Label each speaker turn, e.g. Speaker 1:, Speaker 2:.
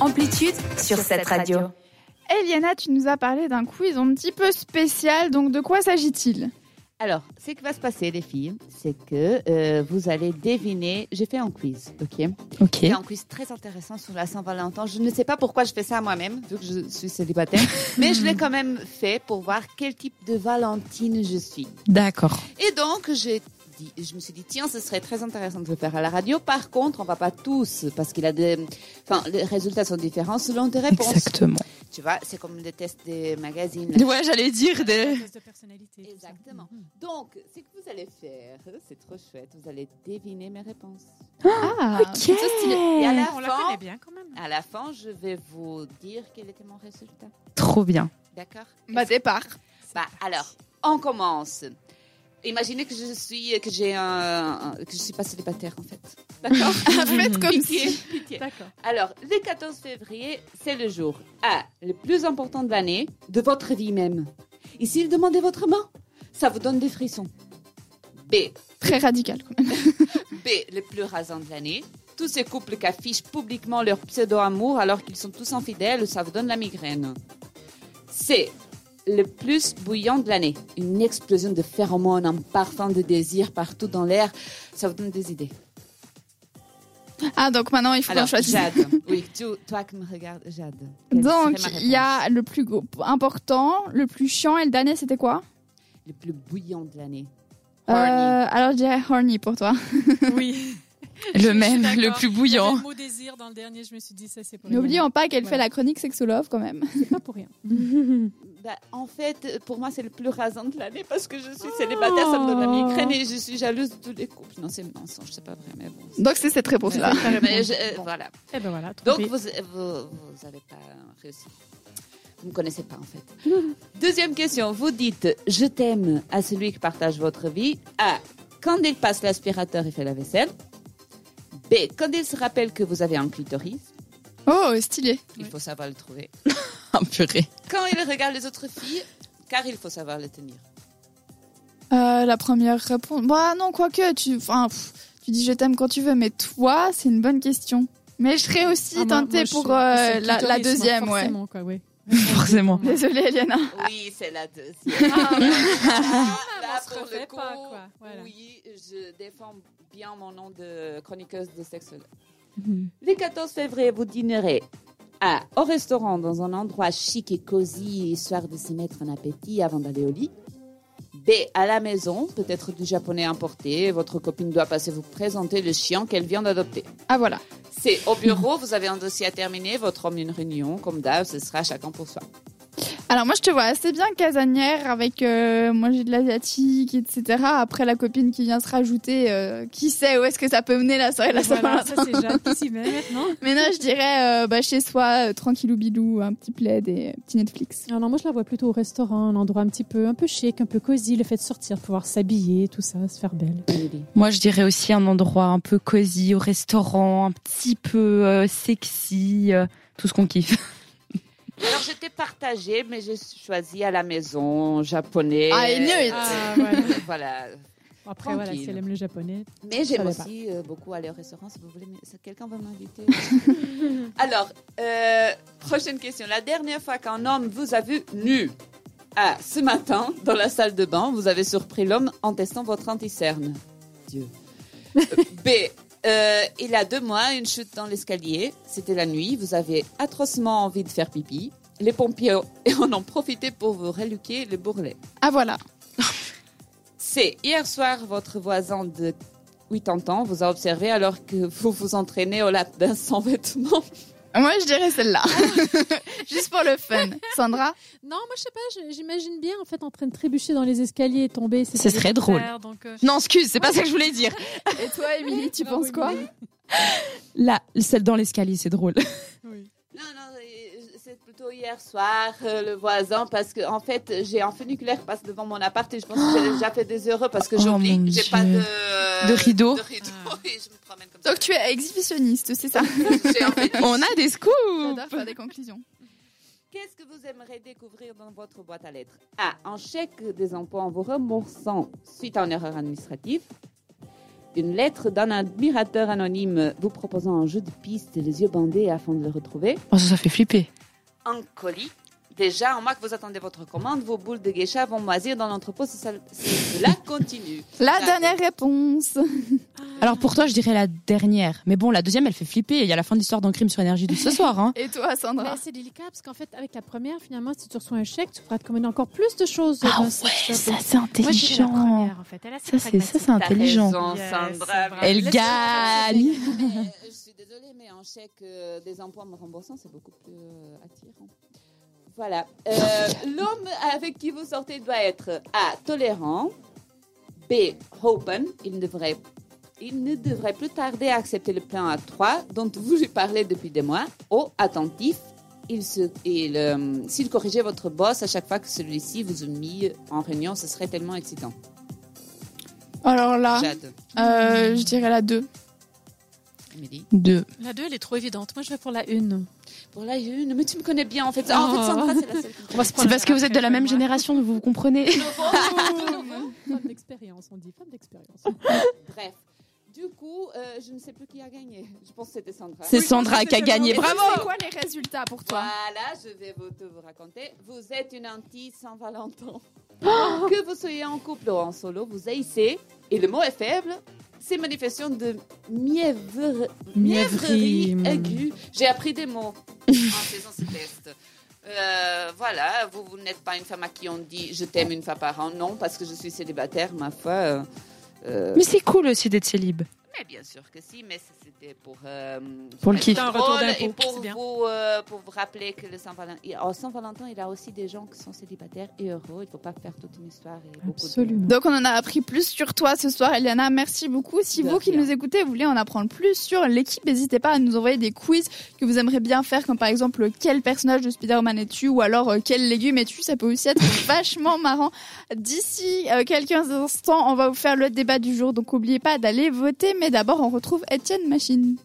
Speaker 1: Amplitude sur cette radio.
Speaker 2: Eliana, tu nous as parlé d'un quiz un petit peu spécial, donc de quoi s'agit-il
Speaker 3: Alors, ce qui va se passer, les filles, c'est que euh, vous allez deviner. J'ai fait un quiz, ok
Speaker 4: Ok.
Speaker 3: C'est un quiz très intéressant sur la Saint-Valentin. Je ne sais pas pourquoi je fais ça moi-même, vu que je suis célibataire, mais je l'ai quand même fait pour voir quel type de Valentine je suis.
Speaker 4: D'accord.
Speaker 3: Et donc, j'ai dit- je me suis dit, tiens, ce serait très intéressant de le faire à la radio. Par contre, on va pas tous, parce qu'il a des, enfin, les résultats sont différents selon tes réponses.
Speaker 4: Exactement.
Speaker 3: Tu vois, c'est comme les tests des magazines. là.
Speaker 4: Ouais, j'allais dire des.
Speaker 5: de personnalité. tout ça.
Speaker 3: Exactement. Donc, ce que vous allez faire, c'est trop chouette, vous allez deviner mes réponses.
Speaker 2: Ah,
Speaker 4: Ok.
Speaker 3: Et à la,
Speaker 5: On la
Speaker 3: fin,
Speaker 5: connaît bien quand même.
Speaker 3: à la fin, je vais vous dire quel était mon résultat.
Speaker 4: Trop bien.
Speaker 3: D'accord
Speaker 2: Bah départ.
Speaker 3: Bah, alors, on commence. Imaginez que je suis, que j'ai un, un- que je suis pas célibataire en fait. D'accord
Speaker 2: Faites comme si.
Speaker 5: D'accord.
Speaker 3: Alors, le 14 février, c'est le jour A, le plus important de l'année, de votre vie même. Et s'il demandait votre main, ça vous donne des frissons. B,
Speaker 2: Très radical. quand même.
Speaker 3: B, le plus rasant de l'année. Tous ces couples qui affichent publiquement leur pseudo-amour alors qu'ils sont tous infidèles, ça vous donne la migraine. C, le plus bouillant de l'année. Une explosion de phéromones, un parfum de désir partout dans l'air, ça vous donne des idées.
Speaker 2: Ah, donc maintenant il faut en
Speaker 3: Alors,
Speaker 2: choisir.
Speaker 3: Jade, oui, tu, toi qui me regardes, Jade. quelle
Speaker 2: Donc
Speaker 3: serait ma
Speaker 2: il y a le plus gros- important, le plus chiant et le dernier c'était quoi
Speaker 3: le plus bouillant de l'année.
Speaker 2: Euh,
Speaker 3: Horny.
Speaker 2: Alors je dirais horny pour toi.
Speaker 5: Oui.
Speaker 4: Le même,
Speaker 5: d'accord.
Speaker 4: le plus
Speaker 5: Il y avait
Speaker 4: bouillant.
Speaker 5: le mot désir dans le dernier, je me suis dit ça c'est pour
Speaker 2: N'oublions pas qu'elle fait
Speaker 5: Voilà.
Speaker 2: la chronique sexolove quand même.
Speaker 5: c'est pas pour rien.
Speaker 3: Bah, en fait, pour moi, c'est le plus rasant de l'année parce que je suis célibataire, ça me donne la migraine et je suis jalouse de tous les couples. Non, c'est mensonge, c'est pas vrai, mais bon.
Speaker 2: Donc c'est cette réponse là.
Speaker 3: Mais je- euh, voilà.
Speaker 5: Et ben voilà.
Speaker 3: Donc,
Speaker 5: trompé.
Speaker 3: vous, euh, vous, vous avez pas réussi. Vous ne connaissez pas, en fait. Deuxième question. Vous dites « Je t'aime » à celui qui partage votre vie. A. Quand il passe l'aspirateur et fait la vaisselle. B. Quand il se rappelle que vous avez un clitoris.
Speaker 2: Oh stylé.
Speaker 3: Il faut savoir le trouver.
Speaker 4: Ah, purée.
Speaker 3: Quand il regarde les autres filles, car il faut savoir le tenir.
Speaker 2: Euh, la première réponse. Bah non quoique tu, enfin, pff, tu dis je t'aime quand tu veux, mais toi c'est une bonne question. Mais je serais aussi
Speaker 5: Ah, moi- moi,
Speaker 2: tentée
Speaker 5: je
Speaker 2: pour
Speaker 5: suis-
Speaker 2: euh,
Speaker 5: c'est le
Speaker 2: la, la
Speaker 5: clitoris, moi,
Speaker 2: deuxième ouais.
Speaker 5: forcément, quoi, ouais. Ah,
Speaker 4: Forcément.
Speaker 2: Désolée Eliana.
Speaker 3: Oui, c'est la deuxième. là,
Speaker 5: Ah, bah, on se
Speaker 3: pour le
Speaker 5: refait
Speaker 3: coup,
Speaker 5: pas, quoi. Voilà.
Speaker 3: oui, je défends bien mon nom de chroniqueuse de sexe. Le 14 février, vous dînerez à, au restaurant dans un endroit chic et cosy, histoire de se mettre un appétit avant d'aller au lit. B, à la maison, peut-être du japonais importé. Votre copine doit passer vous présenter le chien qu'elle vient d'adopter.
Speaker 2: Ah voilà.
Speaker 3: C, au bureau, vous avez un dossier à terminer, votre homme une réunion. Comme d'hab, ce sera chacun pour soi.
Speaker 2: Alors moi je te vois assez bien casanière avec euh, manger de l'asiatique etc. Après la copine qui vient se rajouter, euh, qui sait où est-ce que ça peut mener la soirée de la
Speaker 5: Voilà,
Speaker 2: Saint-Valentin.
Speaker 5: ça c'est Jade qui s'y met maintenant.
Speaker 2: Mais non je dirais euh, bah, chez soi euh, tranquillou bilou un petit plaid et un petit Netflix.
Speaker 5: Ah non, moi je la vois plutôt au restaurant, un endroit un petit peu, un peu chic, un peu cosy, le fait de sortir, pouvoir s'habiller, tout ça, se faire belle.
Speaker 4: Moi, je dirais aussi un endroit un peu cosy, au restaurant, un petit peu euh, sexy, euh, tout ce qu'on kiffe.
Speaker 3: Alors, j'étais partagée, mais j'ai choisi à la maison, japonais. Euh,
Speaker 2: Ah, et mieux.
Speaker 5: Ah, voilà.
Speaker 3: Voilà.
Speaker 5: Après voilà,
Speaker 3: Tranquille.
Speaker 5: si elle aime le japonais.
Speaker 3: Mais
Speaker 5: Je
Speaker 3: j'aime
Speaker 5: savais pas.
Speaker 3: aussi euh, beaucoup aller au restaurant, si vous voulez. mais- si Quelqu'un va m'inviter. Alors, euh, prochaine question. La dernière fois qu'un homme vous a vu nu Ah, ce matin, dans la salle de bain, vous avez surpris l'homme en testant votre anti-cerne. Dieu. B. euh, il a deux mois, une chute dans l'escalier. C'était la nuit, vous avez atrocement envie de faire pipi. Les pompiers en ont profité pour vous reluquer le bourrelet.
Speaker 2: Ah voilà.
Speaker 3: C'est hier soir, votre voisin de 80 ans vous a observé alors que vous vous entraînez au lapin sans vêtements.
Speaker 2: Moi, je dirais celle-là. Juste pour le fun. Sandra
Speaker 6: Non, moi je sais pas, je- j'imagine bien en fait en train de trébucher dans les escaliers et tomber. c'est
Speaker 4: Ce serait drôle.
Speaker 5: Faire, donc, euh,
Speaker 4: Non, excuse, c'est pas ça que je voulais dire.
Speaker 2: Et toi, Émilie, tu
Speaker 5: Non,
Speaker 2: penses
Speaker 5: oui,
Speaker 2: quoi
Speaker 4: Là, celle dans l'escalier, c'est drôle.
Speaker 3: Non, non, euh, c'est plutôt hier soir, euh, le voisin, parce que en fait, j'ai un funiculaire qui passe devant mon appart et je pense que j'ai déjà fait des heureux parce que
Speaker 4: Oh
Speaker 3: j'oublie,
Speaker 4: mon
Speaker 3: j'ai
Speaker 4: Dieu.
Speaker 3: pas de,
Speaker 4: De rideau.
Speaker 3: de rideau
Speaker 5: Ah.
Speaker 3: et je me promène comme ça.
Speaker 2: Donc, tu es exhibitionniste, c'est ça
Speaker 3: J'ai un fait-
Speaker 4: On a des scoops.
Speaker 2: J'adore faire des conclusions.
Speaker 3: Qu'est-ce que vous aimeriez découvrir dans votre boîte à lettres A. Un chèque des impôts en vous remboursant suite à une erreur administrative. B. une lettre d'un admirateur anonyme vous proposant un jeu de piste et les yeux bandés afin de le retrouver.
Speaker 4: Oh, ça, ça fait flipper.
Speaker 3: un colis. Déjà, en moins que vous attendez votre commande, vos boules de geisha vont moisir dans l'entrepôt si, ça- si cela continue.
Speaker 2: La
Speaker 3: Ça-
Speaker 2: dernière réponse.
Speaker 4: Alors pour toi, je dirais la dernière. Mais bon, la deuxième, elle fait flipper. Il y a la fin de l'histoire d'un crime sur énergie de ce soir. Hein.
Speaker 2: Et toi, Sandra
Speaker 6: Mais c'est délicat parce qu'en fait, avec la première, finalement, si tu reçois un chèque, tu pourras te commander encore plus de choses. dans ce shop.
Speaker 4: Ah c'est
Speaker 7: Moi, je dirais la première, en fait. Elle est assez
Speaker 4: Ça, c'est ça,
Speaker 7: pragmatique.
Speaker 4: c'est intelligent.
Speaker 3: T'as raison,
Speaker 7: Yes,
Speaker 3: Sandra.
Speaker 7: bravo.
Speaker 4: Elle
Speaker 3: Laisse-moi
Speaker 4: gagne.
Speaker 3: te laisser gagner. Mais, euh, Je suis désolée, mais un chèque euh, des emplois me remboursant, c'est beaucoup plus euh, attirant. Voilà. Euh, L'homme avec qui vous sortez doit être A. Tolérant. B. Open. Il ne devrait il ne devrait plus tarder à accepter le plan A3 dont vous lui parlez depuis des mois. O. Attentif. Il se- il, euh, S'il corrigeait votre boss à chaque fois que celui-ci vous humille en réunion, ce serait tellement excitant.
Speaker 2: Alors
Speaker 4: Ah.
Speaker 2: là,
Speaker 3: Jade,
Speaker 2: euh, je dirais la 2.
Speaker 3: Amélie.
Speaker 4: Deux.
Speaker 6: La 2, elle est trop évidente. Moi, je vais pour la 1.
Speaker 3: Pour la une, mais tu me connais bien en fait. Ah, En fait, Sandra, c'est la seule. qui-
Speaker 4: C'est parce que vous êtes de la même génération, vous vous comprenez.
Speaker 6: Ah. Femme d'expérience, on dit. Femme d'expérience.
Speaker 3: Bref. Du coup, euh, je ne sais plus qui a gagné. Je pense que c'était Sandra.
Speaker 4: C'est Sandra qui a gagné. Bravo.
Speaker 2: C'est quoi les résultats pour toi
Speaker 3: Voilà, je vais vous, tout vous raconter. Vous êtes une anti sans Valentin.
Speaker 2: Oh
Speaker 3: que vous soyez en couple ou en solo, vous haïssez, et le mot est faible, ces manifestations de mièvre- mièvrerie
Speaker 5: Mièvrerie.
Speaker 3: aiguë. J'ai appris des mots en faisant ce test. Euh, voilà, vous, vous n'êtes pas une femme à qui on dit je t'aime une fois par an. Non, parce que je suis célibataire, ma foi. euh, euh,
Speaker 4: Mais c'est cool aussi d'être célib.
Speaker 3: mais bien sûr que si, mais ça, c'était pour... euh,
Speaker 4: Pour le kiff.
Speaker 7: Putain,
Speaker 3: être
Speaker 7: retour
Speaker 3: drôle
Speaker 7: d'impôt,
Speaker 3: et pour
Speaker 7: c'est bien.
Speaker 3: vous, euh, pour vous rappeler que le Saint-Valentin... il- En Saint-Valentin, il y a aussi des gens qui sont célibataires et heureux. Il ne faut pas faire toute une histoire. Et beaucoup de-
Speaker 5: Absolument.
Speaker 2: Donc on en a appris plus sur toi ce soir, Eliana. Merci beaucoup. Si
Speaker 3: De
Speaker 2: vous qui
Speaker 3: rien.
Speaker 2: nous écoutez voulez en apprendre plus sur l'équipe, n'hésitez pas à nous envoyer des quiz que vous aimeriez bien faire, comme par exemple quel personnage de Spider-Man es-tu ou alors euh, quel légume es-tu. Ça peut aussi être vachement marrant. D'ici euh, quelques instants, on va vous faire le débat du jour. Donc n'oubliez pas d'aller voter. Mais d'abord, on retrouve Étienne Machine.